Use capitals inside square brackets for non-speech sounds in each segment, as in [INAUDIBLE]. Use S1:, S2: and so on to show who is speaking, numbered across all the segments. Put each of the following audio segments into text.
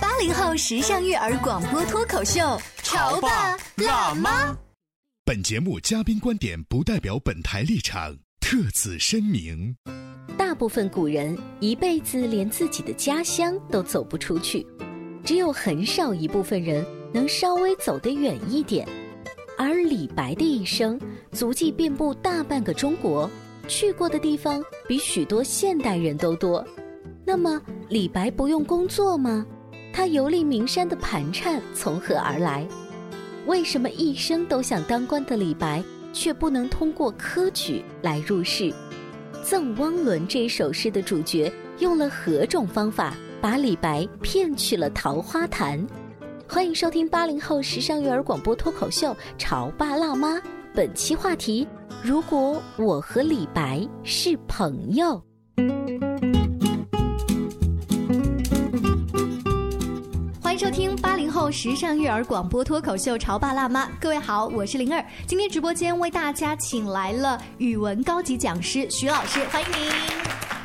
S1: 八零后时尚育儿广播脱口秀，潮爸辣妈。
S2: 本节目嘉宾观点不代表本台立场，特此声明。
S3: 大部分古人一辈子连自己的家乡都走不出去，只有很少一部分人能稍微走得远一点。而李白的一生足迹遍布大半个中国，去过的地方比许多现代人都多。那么，李白不用工作吗？他游历名山的盘缠从何而来？为什么一生都想当官的李白，却不能通过科举来入仕？《赠汪伦》这首诗的主角用了何种方法把李白骗去了桃花潭？欢迎收听八零后时尚育儿广播脱口秀《潮爸辣妈》，本期话题：如果我和李白是朋友。
S1: 欢迎收听八零后时尚育儿广播脱口秀《潮爸辣妈》，各位好，我是灵儿。今天直播间为大家请来了语文高级讲师徐老师，欢迎您。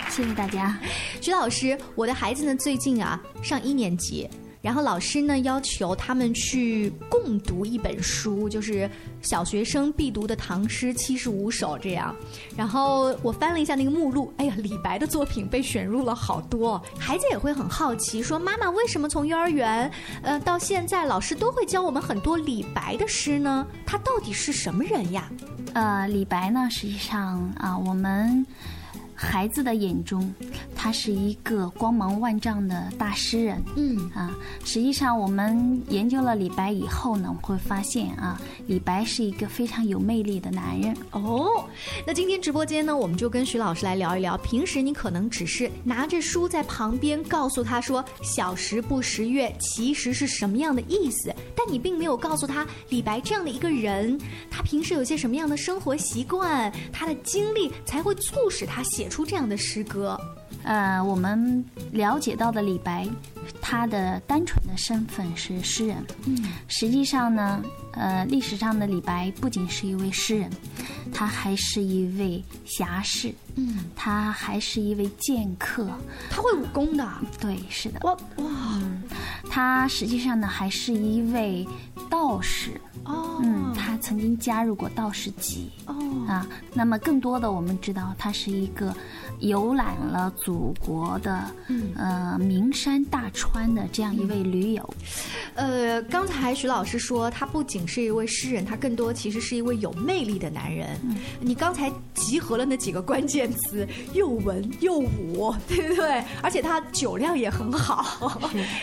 S4: 谢谢大家。
S1: 徐老师，我的孩子呢最近啊上一年级，然后老师呢要求他们去共读一本书，就是小学生必读的唐诗七十五首这样。然后我翻了一下那个目录，哎呀，李白的作品被选入了好多，孩子也会很好奇，说妈妈为什么从幼儿园呃到现在老师都会教我们很多李白的诗呢？他到底是什么人呀？
S4: 呃，李白呢，实际上啊、我们孩子的眼中，他是一个光芒万丈的大诗人。
S1: 嗯
S4: 啊，实际上我们研究了李白以后呢，我们会发现啊，李白是一个非常有魅力的男人。
S1: 哦，那今天直播间呢，我们就跟徐老师来聊一聊，平时你可能只是拿着书在旁边告诉他说“小时不识月”其实是什么样的意思，但你并没有告诉他李白这样的一个人，他平时有些什么样的生活习惯，他的经历才会促使他写出这样的诗歌。
S4: 呃，我们了解到的李白，他的单纯的身份是诗人。
S1: 嗯，
S4: 实际上呢，呃，历史上的李白不仅是一位诗人，他还是一位侠士，
S1: 嗯，
S4: 他还是一位剑客。
S1: 他会武功的，
S4: 对，是的，
S1: 哇哇
S4: 他实际上呢还是一位道士。
S1: 哦，
S4: 嗯，他曾经加入过道士集。
S1: 哦，
S4: 啊，那么更多的我们知道，他是一个游览了祖国的、
S1: 嗯
S4: 呃名山大川的这样一位驴友。
S1: 呃，刚才徐老师说，他不仅是一位诗人，他更多其实是一位有魅力的男人。你刚才集合了那几个关键词，又文又武，对不对？而且他酒量也很好，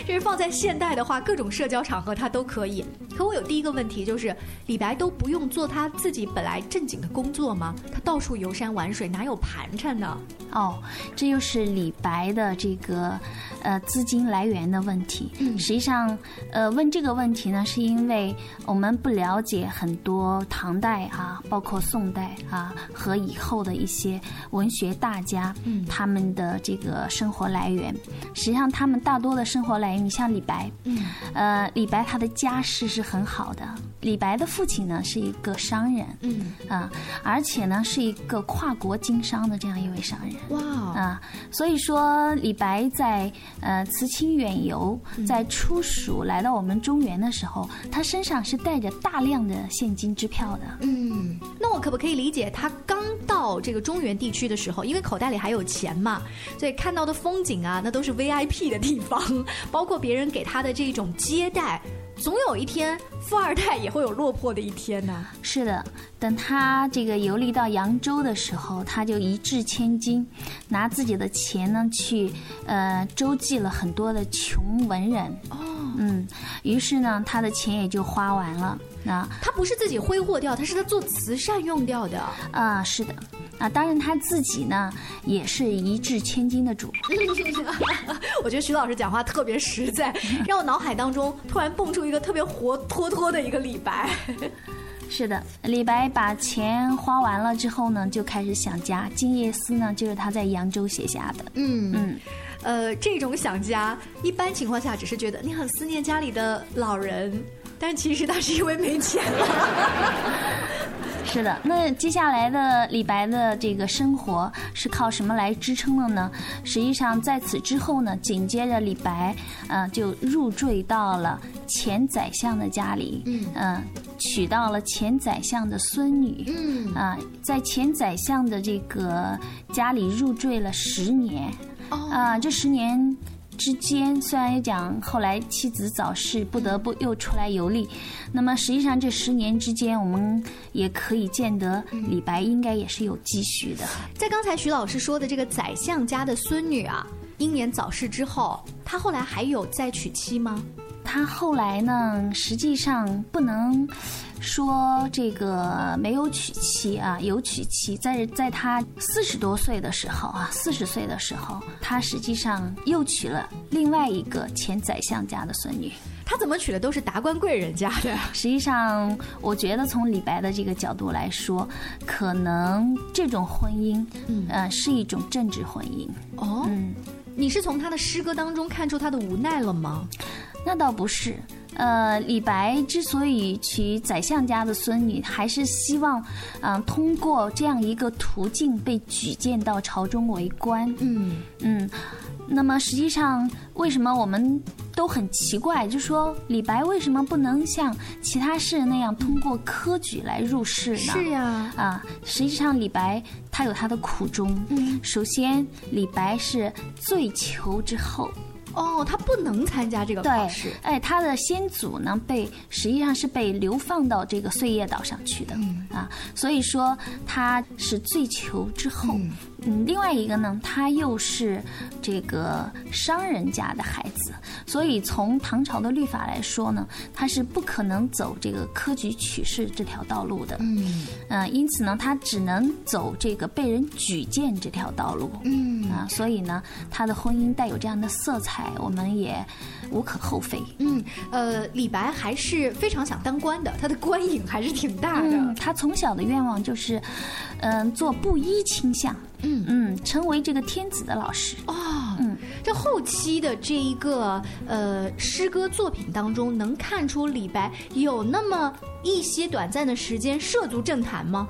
S1: 就是放在现代的话，各种社交场合他都可以。可我有第一个问题就是，李白都不用做他自己本来正经的工作吗？他到处游山玩水，哪有盘缠呢？
S4: 哦，这又是李白的这个呃资金来源的问题。
S1: 嗯
S4: 实际上，呃，问这个问题呢，是因为我们不了解很多唐代啊，包括宋代啊和以后的一些文学大家，
S1: 嗯
S4: 他们的这个生活来源。实际上，他们大多的生活来源，你像李白，
S1: 嗯，
S4: 呃，李白他的家世是很好的。李白的父亲呢是一个商人，
S1: 嗯，
S4: 啊、而且呢是一个跨国经商的这样一位商人。
S1: 哇，哦
S4: 啊、所以说李白在呃辞亲远游，在出蜀来到我们中原的时候，他身上是带着大量的现金支票的。
S1: 嗯，那我可不可以理解他刚到这个中原地区的时候，因为口袋里还有钱嘛，所以看到的风景啊，那都是 VIP 的地方，包括别人给他的这种接待，总有一天，富二代也会有落魄的一天呐、
S4: 是的，等他这个游历到扬州的时候，他就一掷千金，拿自己的钱呢去呃周济了很多的穷文人。哦，嗯，于是呢，他的钱也就花完了。啊
S1: 他不是自己挥霍掉，他是他做慈善用掉的。 [LAUGHS]
S4: 啊、是的，啊，当然他自己呢也是一掷千金的主。
S1: 我觉得徐老师讲话特别实在，让我脑海当中突然蹦出一个特别活脱脱的一个李白。
S4: 是的，李白把钱花完了之后呢，就开始想家。《静夜思》呢，就是他在扬州写下的。
S1: 嗯
S4: 嗯，
S1: 呃，这种想家，一般情况下只是觉得你很思念家里的老人，但其实他是因为没钱了。
S4: 是的，那接下来的李白的这个生活是靠什么来支撑的呢？实际上，在此之后呢，紧接着李白，呃，就入赘到了前宰相的家里，嗯、娶到了前宰相的孙女，
S1: 嗯，
S4: 啊、在前宰相的这个家里入赘了十年，
S1: 哦
S4: 啊、这十年之间，虽然讲后来妻子早逝，不得不又出来游历，那么实际上这十年之间，我们也可以见得李白应该也是有积蓄的。
S1: [LAUGHS] 在刚才徐老师说的这个宰相家的孙女啊，英年早逝之后，她后来还有再娶妻吗？
S4: 他后来呢，实际上不能说这个没有娶妻啊，有娶妻。在在他四十多岁的时候啊，四十岁的时候，他实际上又娶了另外一个前宰相家的孙女。
S1: 她怎么娶的都是达官贵人家的。
S4: 实际上，我觉得从李白的这个角度来说，可能这种婚姻，嗯、呃，是一种政治婚姻。
S1: [LAUGHS] 哦，
S4: 嗯，
S1: 你是从她的诗歌当中看出她的无奈了吗？
S4: 那倒不是。呃，李白之所以娶宰相家的孙女，还是希望，嗯、通过这样一个途径被举荐到朝中为官。
S1: 嗯，
S4: 嗯，那么实际上，为什么我们都很奇怪，就说李白为什么不能像其他诗人那样通过科举来入仕呢？
S1: 是呀，
S4: 啊，实际上李白他有他的苦衷。
S1: 嗯，
S4: 首先，李白是醉囚之后，
S1: 哦，她不能参加这个考试。
S4: 哎，他的先祖呢被实际上是被流放到这个碎叶岛上去的、
S1: 嗯
S4: 啊，所以说他是醉囚之后。嗯另外一个呢，他又是这个商人家的孩子，所以从唐朝的律法来说呢，他是不可能走这个科举取士这条道路的。
S1: 嗯
S4: 嗯，因此呢，他只能走这个被人举荐这条道路。
S1: 嗯
S4: 啊，所以呢，他的婚姻带有这样的色彩，我们也无可厚非。
S1: 嗯，呃，李白还是非常想当官的，他的官瘾还是挺大的。
S4: 嗯，他从小的愿望就是，嗯、做布衣卿相，
S1: 嗯
S4: 嗯，成为这个天子的老师。
S1: 哦，
S4: 嗯
S1: 这后期的这一个呃诗歌作品当中，能看出李白有那么一些短暂的时间涉足政坛吗？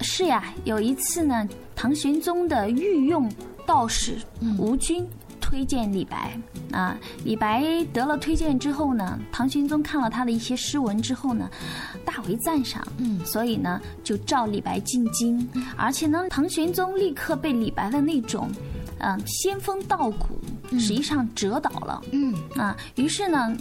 S4: 是呀，有一次呢，唐玄宗的御用道士
S1: 嗯
S4: 吴军。推荐李白啊，李白得了推荐之后呢，唐玄宗看了他的一些诗文之后呢，大为赞赏，
S1: 嗯
S4: 所以呢就召李白进京，而且呢，唐玄宗立刻被李白的那种，嗯、仙风道骨，实际上折倒了，
S1: 嗯，
S4: 啊，于是呢，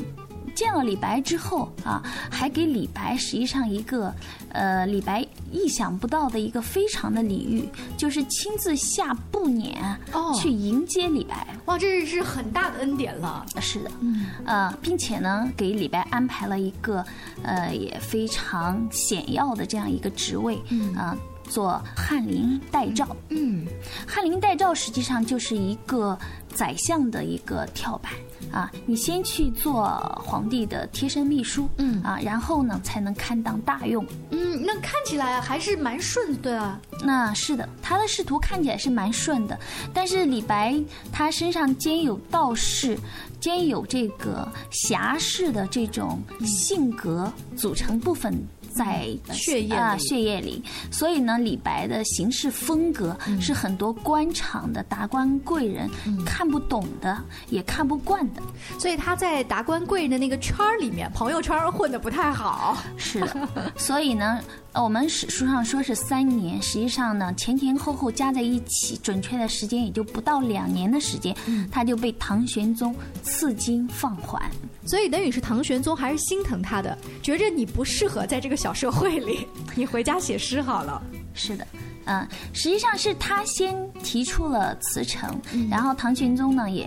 S4: 见了李白之后啊，还给李白实际上一个呃，李白意想不到的一个非常的礼遇，就是亲自下步辇、
S1: 哦
S4: 去迎接李白。
S1: 哇，这是很大的恩典了。
S4: 是的，
S1: 嗯
S4: 呃，并且呢，给李白安排了一个呃也非常显要的这样一个职位，
S1: 嗯
S4: 啊、做翰林待诏。
S1: 嗯
S4: 翰林待诏实际上就是一个宰相的一个跳板啊，你先去做皇帝的贴身秘书，
S1: 嗯
S4: 啊，然后呢才能堪当大用。
S1: 嗯，那看起来还是蛮顺的啊。
S4: 那是的，他的仕途看起来是蛮顺的，但是李白他身上兼有道士，兼有这个侠士的这种性格组成部分。在
S1: 嗯血液
S4: 啊、
S1: 里
S4: 血液里，所以呢，李白的行事风格是很多官场的达官贵人
S1: 嗯
S4: 看不懂的，也看不惯的。
S1: 所以他在达官贵人的那个圈儿里面，朋友圈儿混得不太好。
S4: 是的， [LAUGHS] 所以呢，呃我们史书上说是三年，实际上呢，前前后后加在一起，准确的时间也就不到两年的时间，他就被唐玄宗赐金放还。
S1: 所以等于是唐玄宗还是心疼他的，觉着你不适合在这个小社会里，你回家写诗好了。
S4: 是的，嗯、实际上是他先提出了辞呈，
S1: 嗯
S4: 然后唐玄宗呢也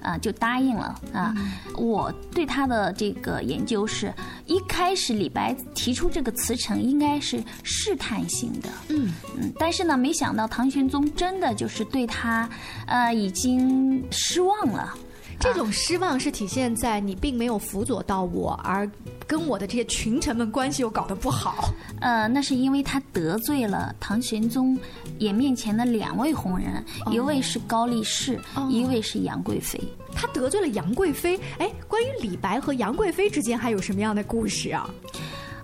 S4: 啊、呃就答应了啊、
S1: 嗯
S4: 我对他的这个研究是，一开始李白提出这个辞呈应该是试探性的，
S1: 嗯
S4: 嗯，但是呢，没想到唐玄宗真的就是对他，呃，已经失望了。
S1: 这种失望是体现在你并没有辅佐到我，而跟我的这些群臣们关系又搞得不好。
S4: 呃，那是因为他得罪了唐玄宗眼面前的两位红人，一位是高力士，
S1: 哦
S4: 一位是杨贵妃。
S1: 他得罪了杨贵妃，哎，关于李白和杨贵妃之间还有什么样的故事啊？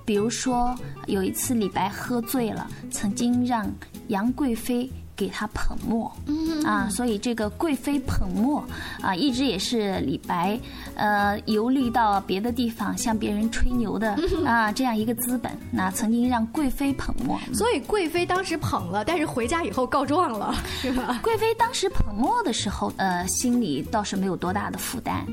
S4: 比如说，有一次李白喝醉了，曾经让杨贵妃给他捧墨，嗯啊，所以这个贵妃捧墨啊，一直也是李白呃游历到别的地方向别人吹
S1: [LAUGHS]
S4: 牛的啊这样一个资本。那曾经让贵妃捧墨，
S1: 所以贵妃当时捧了，但是回家以后告状了，是吧？
S4: 贵妃当时捧墨的时候，呃，心里倒是没有多大的负担，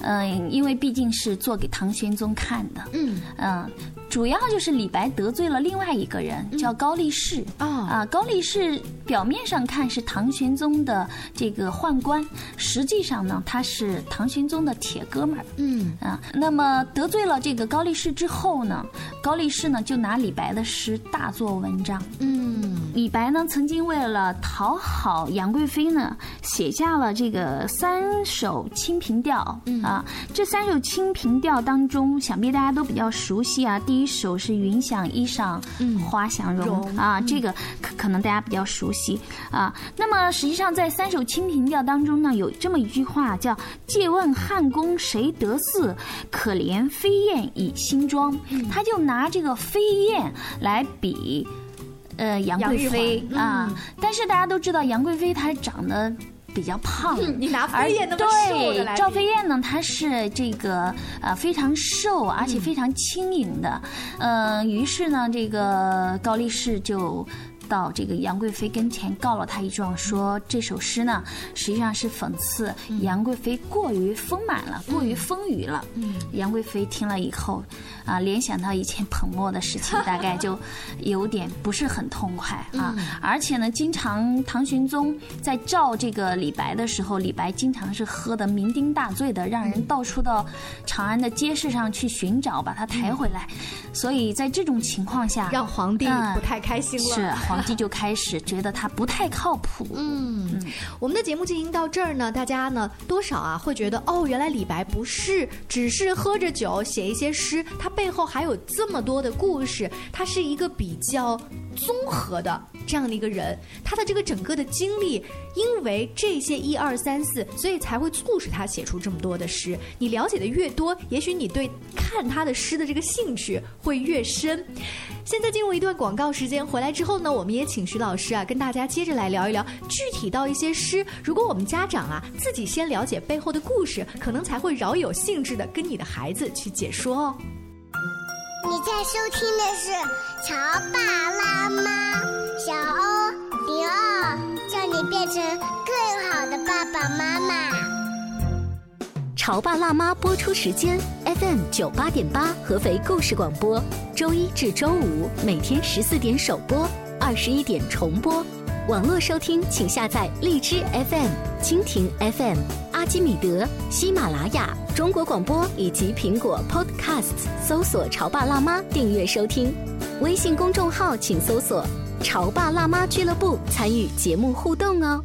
S4: 嗯、因为毕竟是做给唐玄宗看的，
S1: 嗯
S4: 嗯、主要就是李白得罪了另外一个人，叫高力士。
S1: 嗯啊，
S4: 啊，高力士表面上看是唐玄宗的这个宦官，实际上呢，他是唐玄宗的铁哥们儿。
S1: 嗯，
S4: 啊，那么得罪了这个高力士之后呢，高力士呢就拿李白的诗大做文章。
S1: 嗯，
S4: 李白呢曾经为了讨好杨贵妃呢，写下了这个三首《清平调》
S1: 嗯
S4: 啊。这三首《清平调》当中，想必大家都比较熟悉啊。第一首是“云想衣裳花想嗯容”
S1: 容
S4: 啊，这个可可能大家比较熟悉啊。那么实际上在三首《清平调》当中呢，有这么一句话叫“借问汉宫谁得似？可怜飞燕倚新妆”，他就拿这个飞燕来比。呃杨
S1: 杨
S4: 贵
S1: 玉
S4: 妃
S1: 环
S4: 啊、但是大家都知道杨贵妃她长得比较胖。
S1: [LAUGHS] 你拿
S4: 嗯而
S1: 飞燕那么瘦的
S4: 对
S1: 来比，
S4: 赵飞燕呢，她是这个呃非常瘦，而
S1: 嗯
S4: 且非常轻盈的，嗯、于是呢，这个高力士就到这个杨贵妃跟前告了她一状，说
S1: 嗯
S4: 这首诗呢实际上是讽刺杨贵妃过于丰满了，过
S1: 嗯
S4: 于丰腴了。杨贵妃听了以后，啊、联想到以前捧墨的事情，大概就有点不是很痛快啊。而且呢，经常唐玄宗在召这个李白的时候，李白经常是喝得酩酊大醉的，让人到处到长安的街市上去寻找，把他抬回来。所以在这种情况下，
S1: 让皇帝
S4: 嗯
S1: 不太开心了。
S4: 是皇帝就开始觉得他不太靠谱。
S1: 嗯，我们的节目进行到这儿呢，大家呢多少啊会觉得哦，原来李白不是只是喝着酒写一些诗，他背后还有这么多的故事，他是一个比较综合的这样的一个人，他的这个整个的经历，因为这些一二三四，所以才会促使他写出这么多的诗。你了解的越多，也许你对看他的诗的这个兴趣会越深。现在进入一段广告时间，回来之后呢，我们也请徐老师啊，跟大家接着来聊一聊具体到一些诗。如果我们家长啊自己先了解背后的故事，可能才会饶有兴致的跟你的孩子去解说哦。
S5: 你在收听的是《潮爸辣妈》，小欧零二，叫你变成更好的爸爸妈妈。
S3: 《潮爸辣妈》播出时间：FM 九八点八，合肥故事广播，周一至周五每天十四点首播，二十一点重播。网络收听，请下载荔枝 FM、蜻蜓 FM、阿基米德、喜马拉雅、中国广播以及苹果 Podcasts，搜索“潮爸辣妈”订阅收听。微信公众号请搜索“潮爸辣妈俱乐部”，参与节目互动哦。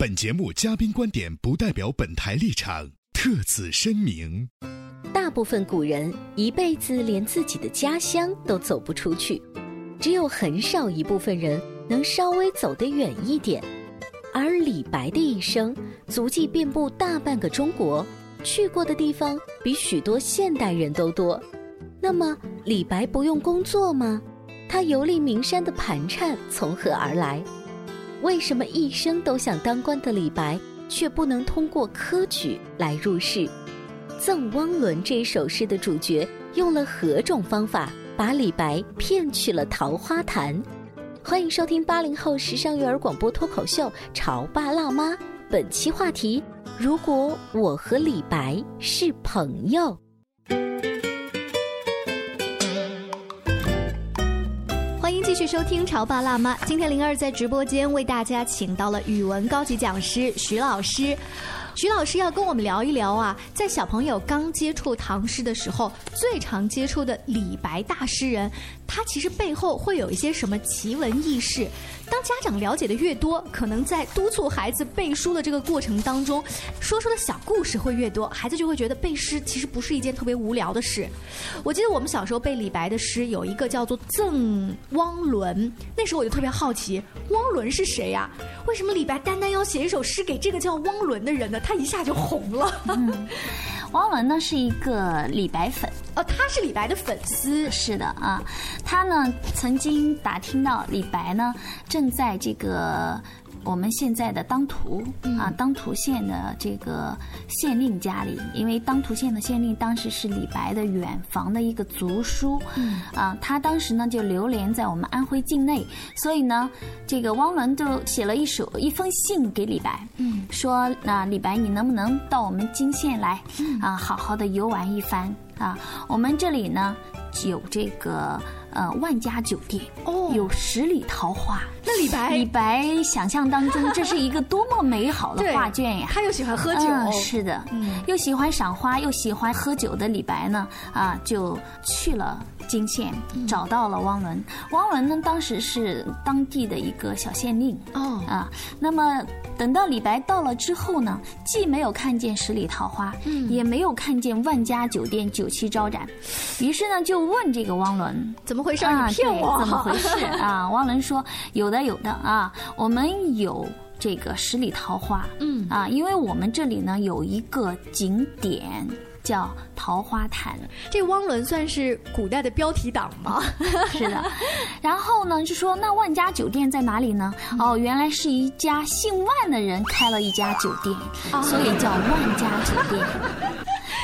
S2: 本节目嘉宾观点不代表本台立场，特此声明。
S3: 大部分古人一辈子连自己的家乡都走不出去，只有很少一部分人能稍微走得远一点。而李白的一生，足迹遍布大半个中国，去过的地方比许多现代人都多。那么李白不用工作吗？他游历名山的盘缠从何而来？为什么一生都想当官的李白，却不能通过科举来入仕？《赠汪伦》这首诗的主角用了何种方法把李白骗去了桃花潭？欢迎收听八零后时尚育儿广播脱口秀《潮爸辣妈》，本期话题：如果我和李白是朋友。
S1: 欢迎继续收听《潮爸辣妈》。今天灵儿在直播间为大家请到了语文高级讲师徐老师。徐老师要跟我们聊一聊啊，在小朋友刚接触唐诗的时候，最常接触的李白大诗人，他其实背后会有一些什么奇闻异事。当家长了解的越多，可能在督促孩子背书的这个过程当中，说出的小故事会越多，孩子就会觉得背诗其实不是一件特别无聊的事。我记得我们小时候背李白的诗，有一个叫做《赠汪伦》，那时候我就特别好奇，汪伦是谁呀、为什么李白单单要写一首诗给这个叫汪伦的人呢？他一下就红了。 [LAUGHS]
S4: 汪伦呢是一个李白粉
S1: 哦，他是李白的粉丝。
S4: 是的啊，他呢曾经打听到李白呢正在这个我们现在的当涂、啊当涂县的这个县令家里，因为当涂县的县令当时是李白的远房的一个族叔，
S5: 嗯
S4: 啊，他当时呢就流连在我们安徽境内，所以呢，这个汪伦就写了一首一封信给李白，
S5: 嗯
S4: 说那、李白，你能不能到我们金县来
S5: 嗯
S4: 啊，好好的游玩一番啊？我们这里呢有这个呃万家酒店，
S1: 哦，哎
S4: 有十里桃花。
S1: 那李白
S4: 李白想象当中，这是一个多么美好的
S1: 对
S4: 画卷呀！
S1: 他又喜欢喝酒
S4: 嗯是的，
S1: 嗯
S4: 又喜欢赏花，又喜欢喝酒的李白呢，啊，就去了。金县
S1: 嗯
S4: 找到了汪伦，汪伦呢当时是当地的一个小县令
S1: 哦
S4: 啊。那么等到李白到了之后呢，既没有看见十里桃花，
S1: 嗯
S4: 也没有看见万家酒店酒旗招展，于是呢就问这个汪伦
S1: 怎么回事？
S4: 啊，
S1: 你骗
S4: 对
S1: 我？
S4: 怎么回事？啊？汪伦说有的有的啊，我们有这个十里桃花，
S1: 嗯
S4: 啊，因为我们这里呢有一个景点叫桃花潭，
S1: [LAUGHS] 这汪伦算是古代的标题党吗？
S4: 是
S1: [LAUGHS]
S4: 的。然后呢就说那万家酒店在哪里呢？哦，原来是一家姓万的人开了一家酒店，
S1: 哦
S5: 啊
S4: 所以叫万家酒店。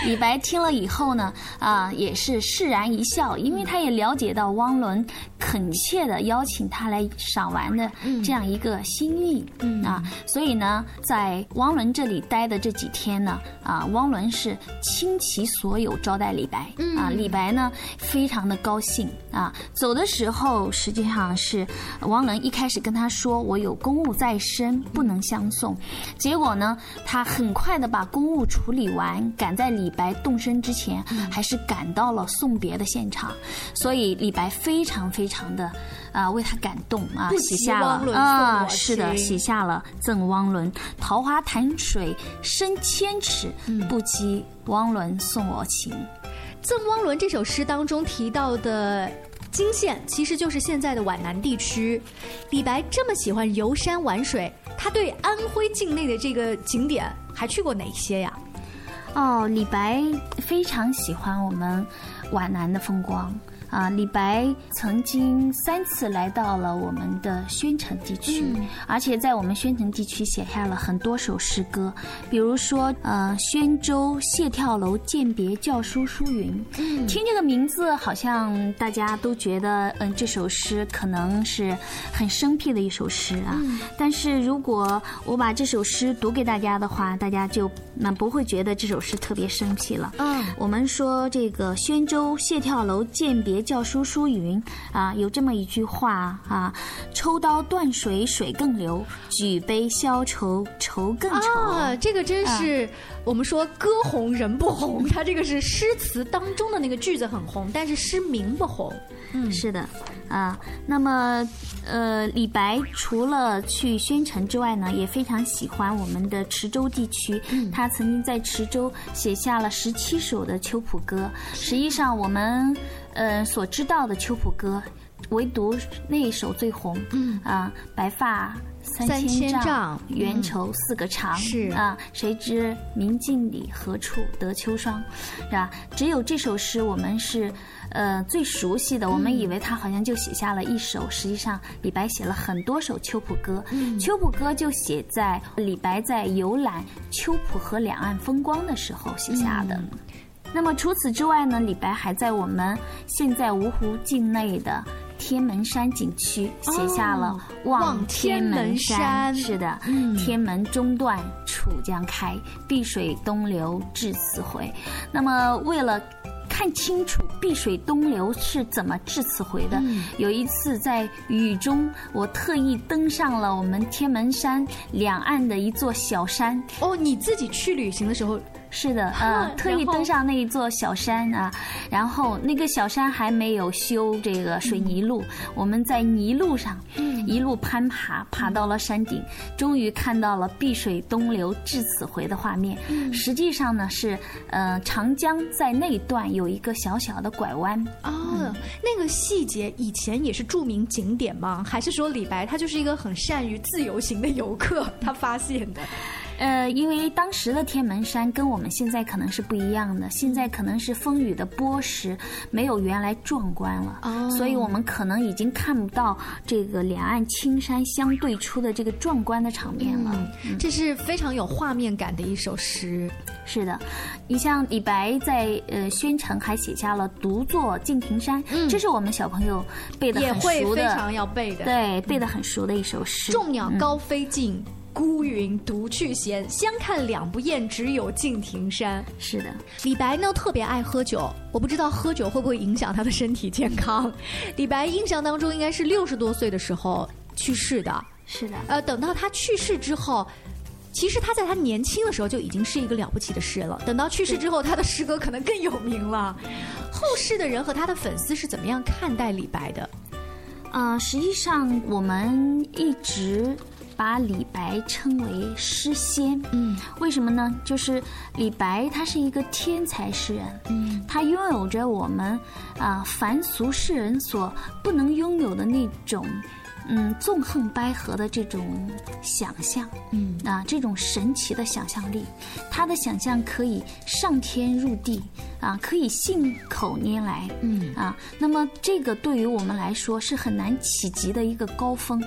S4: 李白听了以后呢，啊、也是释然一笑，因为他也了解到汪伦恳切的邀请他来赏玩的这样一个心意、啊，所以呢，在汪伦这里待的这几天呢，啊，汪伦是倾其所有招待李白、
S5: 嗯
S4: 啊，李白呢非常的高兴啊，走的时候实际上是汪伦一开始跟他说我有公务在身，不能相送，结果呢，他很快的把公务处理完，赶在李白动身之前，还是赶到了送别的现场，所以李白非常非常的啊、为他感动啊
S5: 不，及
S4: 写下
S5: 汪
S4: 了
S5: 伦送
S4: 啊，
S5: 我
S4: 是的，写
S5: 心
S4: 下了《赠汪伦》：“桃花潭水深千尺，不及汪伦送我情。
S1: 《赠汪伦》这首诗当中提到的金县，其实就是现在的皖南地区。李白这么喜欢游山玩水，他对安徽境内的这个景点还去过哪些呀？
S4: 哦，李白非常喜欢我们皖南的风光啊！李白曾经三次来到了我们的宣城地区，
S5: 嗯
S4: 而且在我们宣城地区写下了很多首诗歌，比如说呃《宣州谢眺楼饯别校书书云》。
S5: 嗯
S4: 听这个名字，好像大家都觉得嗯这首诗可能是很生僻的一首诗啊。
S5: 嗯
S4: 但是如果我把这首诗读给大家的话，大家就那不会觉得这首诗特别生僻了。
S5: 嗯
S4: 我们说这个宣州谢眺楼饯别校书书云啊，有这么一句话啊：抽刀断水水更流，举杯消愁愁更愁。
S1: 啊，这个真是、我们说歌红人不红，他这个是诗词当中的那个句子很红，但是诗名不红。
S4: 嗯，是的，啊，那么，呃，李白除了去宣城之外呢，也非常喜欢我们的池州地区。
S1: 嗯
S4: 他曾经在池州写下了十七首的秋浦歌。实际上，我们呃所知道的秋浦歌。唯独那一首最红，
S1: 嗯
S4: 啊，白发
S1: 三千
S4: 千
S1: 丈
S4: 缘
S1: 嗯
S4: 愁似个长，
S1: 是
S4: 啊，谁知明镜里何处得秋霜，是吧？只有这首诗我们是，呃，最熟悉的。我
S1: 嗯
S4: 们以为他好像就写下了一首，实际上李白写了很多首秋浦歌。
S1: 嗯
S4: 秋浦歌就写在李白在游览秋浦河两岸风光的时候写下的。
S1: 嗯
S4: 那么除此之外呢，李白还在我们现在芜湖境内的天门山景区写下了《
S1: 望哦天门
S4: 门
S1: 山
S4: 是的，
S1: 嗯
S4: 天门中断楚江开，碧水东流至此回。那么为了看清楚碧水东流是怎么至此回的。
S1: 嗯
S4: 有一次在雨中，我特意登上了我们天门山两岸的一座小山，
S1: 哦，你自己去旅行的时候，
S4: 是的，呃，特意登上那一座小山啊，然后那个小山还没有修这个水泥路，我们在泥路上一路攀爬，爬到了山顶，终于看到了碧水东流至此回的画面。实际上呢是，呃，长江在那一段有一个小小的拐弯，
S1: 哦，那个细节以前也是著名景点吗？还是说李白他就是一个很善于自由行的游客，他发现的？
S4: 呃，因为当时的天门山跟我们现在可能是不一样的，现在可能是风雨的剥蚀，没有原来壮观了，
S1: 哦
S4: 所以我们可能已经看不到这个两岸青山相对出的这个壮观的场面了。
S1: 嗯，这是非常有画面感的一首诗。
S4: 是的，你像李白在呃宣城还写下了“独坐敬亭山”，这是我们小朋友背
S1: 嗯
S4: 的
S1: 也
S4: 很
S1: 会
S4: 熟的，
S1: 非常要背的。
S4: 对背的很熟的一首诗。
S1: 众鸟
S4: 嗯
S1: 高飞尽，孤云独去闲。相看两不厌，只有敬亭山。
S4: 是的，
S1: 李白呢特别爱喝酒，我不知道喝酒会不会影响他的身体健康。李白印象当中应该是六十多岁的时候去世的。
S4: 是的，
S1: 呃，等到他去世之后，其实他在他年轻的时候就已经是一个了不起的诗人了。等到去世之后，他的诗歌可能更有名了。后世的人和他的粉丝是怎么样看待李白的？
S4: 呃，实际上我们一直把李白称为诗仙，
S1: 嗯，
S4: 为什么呢？就是李白他是一个天才诗人，
S1: 嗯，
S4: 他拥有着我们啊、凡俗世人所不能拥有的那种。嗯，纵横捭阖的这种想象，
S1: 嗯
S4: 啊，这种神奇的想象力，他的想象可以上天入地，啊，可以信口拈来，
S1: 嗯
S4: 啊，那么这个对于我们来说是很难企及的一个高峰。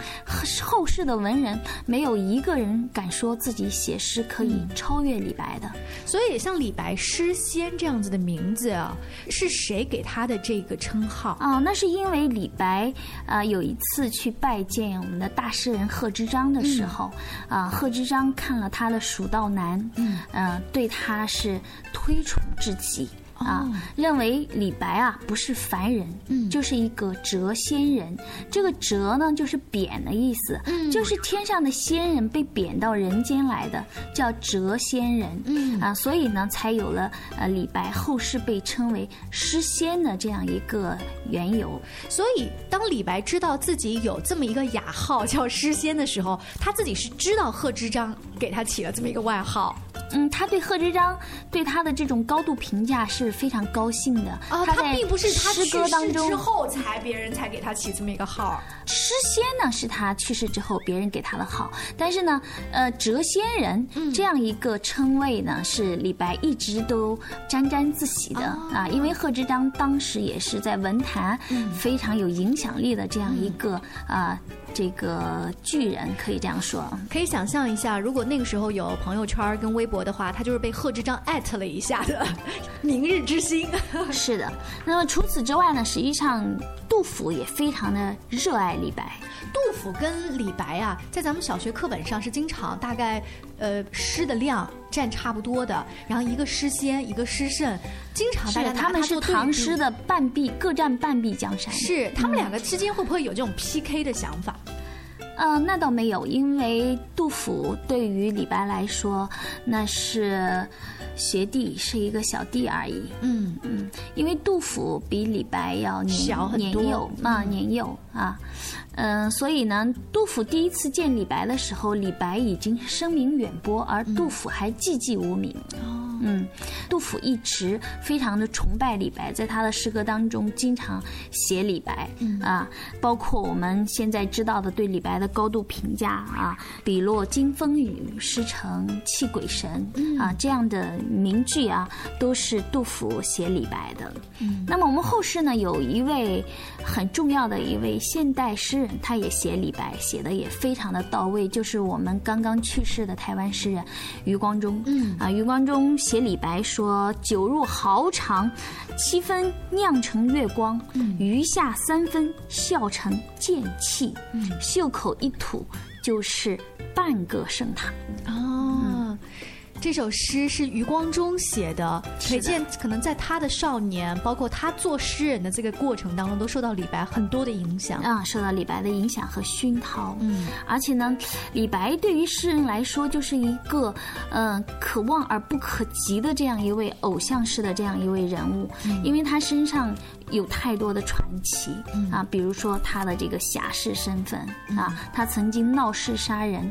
S4: 后世的文人没有一个人敢说自己写诗可以
S1: 嗯
S4: 超越李白的。
S1: 所以，像李白“诗仙”这样子的名字啊，是谁给他的这个称号？
S4: 啊、那是因为李白，呃，有一次去拜见我们的大诗人贺知章的时候，啊、贺知章看了他的《蜀道难》，
S1: 嗯，
S4: 呃，对他是推崇至极。啊
S1: 哦，
S4: 认为李白啊不是凡人，
S1: 嗯
S4: 就是一个谪仙人。这个谪呢，就是贬的意思，
S1: 嗯
S4: 就是天上的仙人被贬到人间来的，叫谪仙人。
S1: 嗯
S4: 啊，所以呢，才有了呃李白后世被称为诗仙的这样一个缘由。
S1: 所以，当李白知道自己有这么一个雅号叫“诗仙”的时候，他自己是知道贺知章给他起了这么一个外号。
S4: 嗯，他对贺知章对他的这种高度评价是非常高兴的。
S1: 啊，
S4: 在
S1: 他并不是他
S4: 诗
S1: 去
S4: 歌当
S1: 世
S4: 中
S1: 之，后才别人才给他起这么一个号。
S4: 诗仙呢是他去世之后别人给他的号，但是呢，呃，谪仙人、这样一个称谓呢，是李白一直都沾沾自喜的、
S1: 嗯
S4: 啊，因为贺知章当时也是在文坛非常有影响力的这样一个啊、这个巨人，可以这
S1: [LAUGHS]
S4: 样说。
S1: 可以想象一下，如果那个时候有朋友圈跟微博的话，他就是被贺知章艾特了一下的 [LAUGHS] 明日之星。
S4: 是的，那么除此之外呢，实际上杜甫也非常的热爱李白。
S1: 杜甫跟李白啊，在咱们小学课本上是经常大概，呃，诗的量占差不多的，然后一个诗仙，一个诗圣，经常大
S4: 是
S1: 家
S4: 的，
S1: 拿
S4: 他们
S1: 它
S4: 是
S1: 做对
S4: 唐
S1: 比
S4: 诗的半壁，各占半壁江山。
S1: 是他们两个之间会不会有这种 PK 的想法？
S4: 呃，那倒没有，因为杜甫对于李白来说，那是学弟，是一个小弟而已。
S1: 嗯，
S4: 嗯，因为杜甫比李白要年
S1: 小很
S4: 年
S1: 多
S4: 幼啊，年幼啊，嗯、所以呢，杜甫第一次见李白的时候，李白已经声名远播，而杜甫还寂寂无名。
S1: 嗯哦，
S4: 嗯，杜甫一直非常的崇拜李白，在他的诗歌当中经常写李白、
S6: 嗯
S4: 啊，包括我们现在知道的对李白的高度评价啊，“笔落惊风雨，诗成泣鬼神”啊这样的名句啊，都是杜甫写李白的。那么我们后世呢，有一位很重要的一位现代诗人，他也写李白，写的也非常的到位，就是我们刚刚去世的台湾诗人余光中。
S6: 嗯
S4: 啊，余光中写李白说：“酒入豪肠，七分酿成月光，余下三分笑成剑气，袖口一吐就是半个盛唐。”嗯
S1: 哦，这首诗是余光中写的，可见可能在他的少年，包括他做诗人的这个过程当中，都受到李白很多的影响。
S4: 啊、受到李白的影响和熏陶。
S1: 嗯，
S4: 而且呢，李白对于诗人来说就是一个，嗯，可望而不可及的这样一位偶像式的这样一位人物，
S6: 嗯
S4: 因为他身上有太多的传奇、
S6: 嗯
S4: 啊，比如说他的这个侠士身份、
S1: 嗯
S4: 啊，他曾经闹事杀人。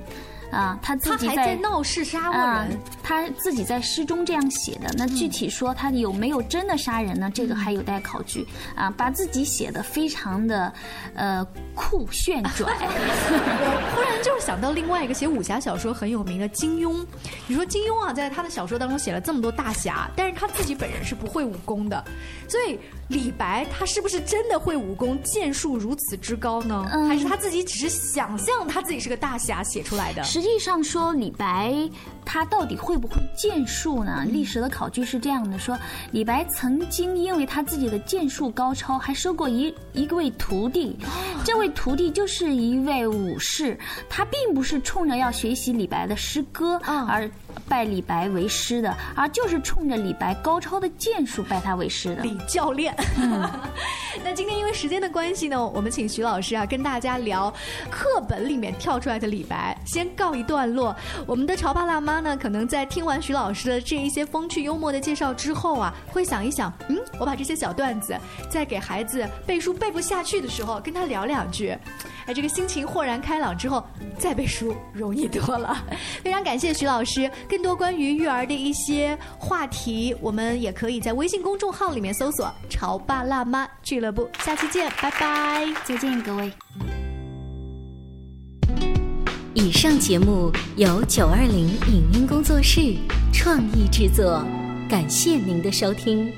S4: 啊，他自己
S1: 他还在闹事杀过人嗯
S4: 啊他自己在诗中这样写的。那具体说他有没有真的杀人呢？这个还有待考据啊。把自己写的非常的，呃，酷
S1: [LAUGHS]
S4: 炫拽。
S1: 我忽然就是想到另外一个写武侠小说很有名的金庸，你说金庸啊，在他的小说当中写了这么多大侠，但是他自己本人是不会武功的，所以李白他是不是真的会武功，剑术如此之高呢？
S4: 嗯
S1: 还是他自己只是想象他自己是个大侠写出来的？
S4: 实际上说，李白他到底会不会剑术呢？
S1: 嗯
S4: 历史的考据是这样的：说李白曾经因为他自己的剑术高超，还收过一一位徒弟，
S1: 哦
S4: 这位徒弟就是一位武士，他并不是冲着要学习李白的诗歌
S1: 嗯
S4: 而拜李白为师的，而就是冲着李白高超的剑术拜他为师的。
S1: 李教练。 [LAUGHS] 那今天因为时间的关系呢，我们请徐老师啊跟大家聊课本里面跳出来的李白，先告一段落。我们的潮爸辣妈呢，可能在听完徐老师的这一些风趣幽默的介绍之后啊，会想一想，嗯，我把这些小段子在给孩子背书背不下去的时候，跟他聊两句。哎，这个心情豁然开朗之后，再背书容易多了。非常感谢徐老师，更多关于育儿的一些话题，我们也可以在微信公众号里面搜索“潮爸辣妈俱乐部”。下期见，拜拜，
S4: 再见各位。
S3: 以上节目由九二零影音工作室创意制作，感谢您的收听。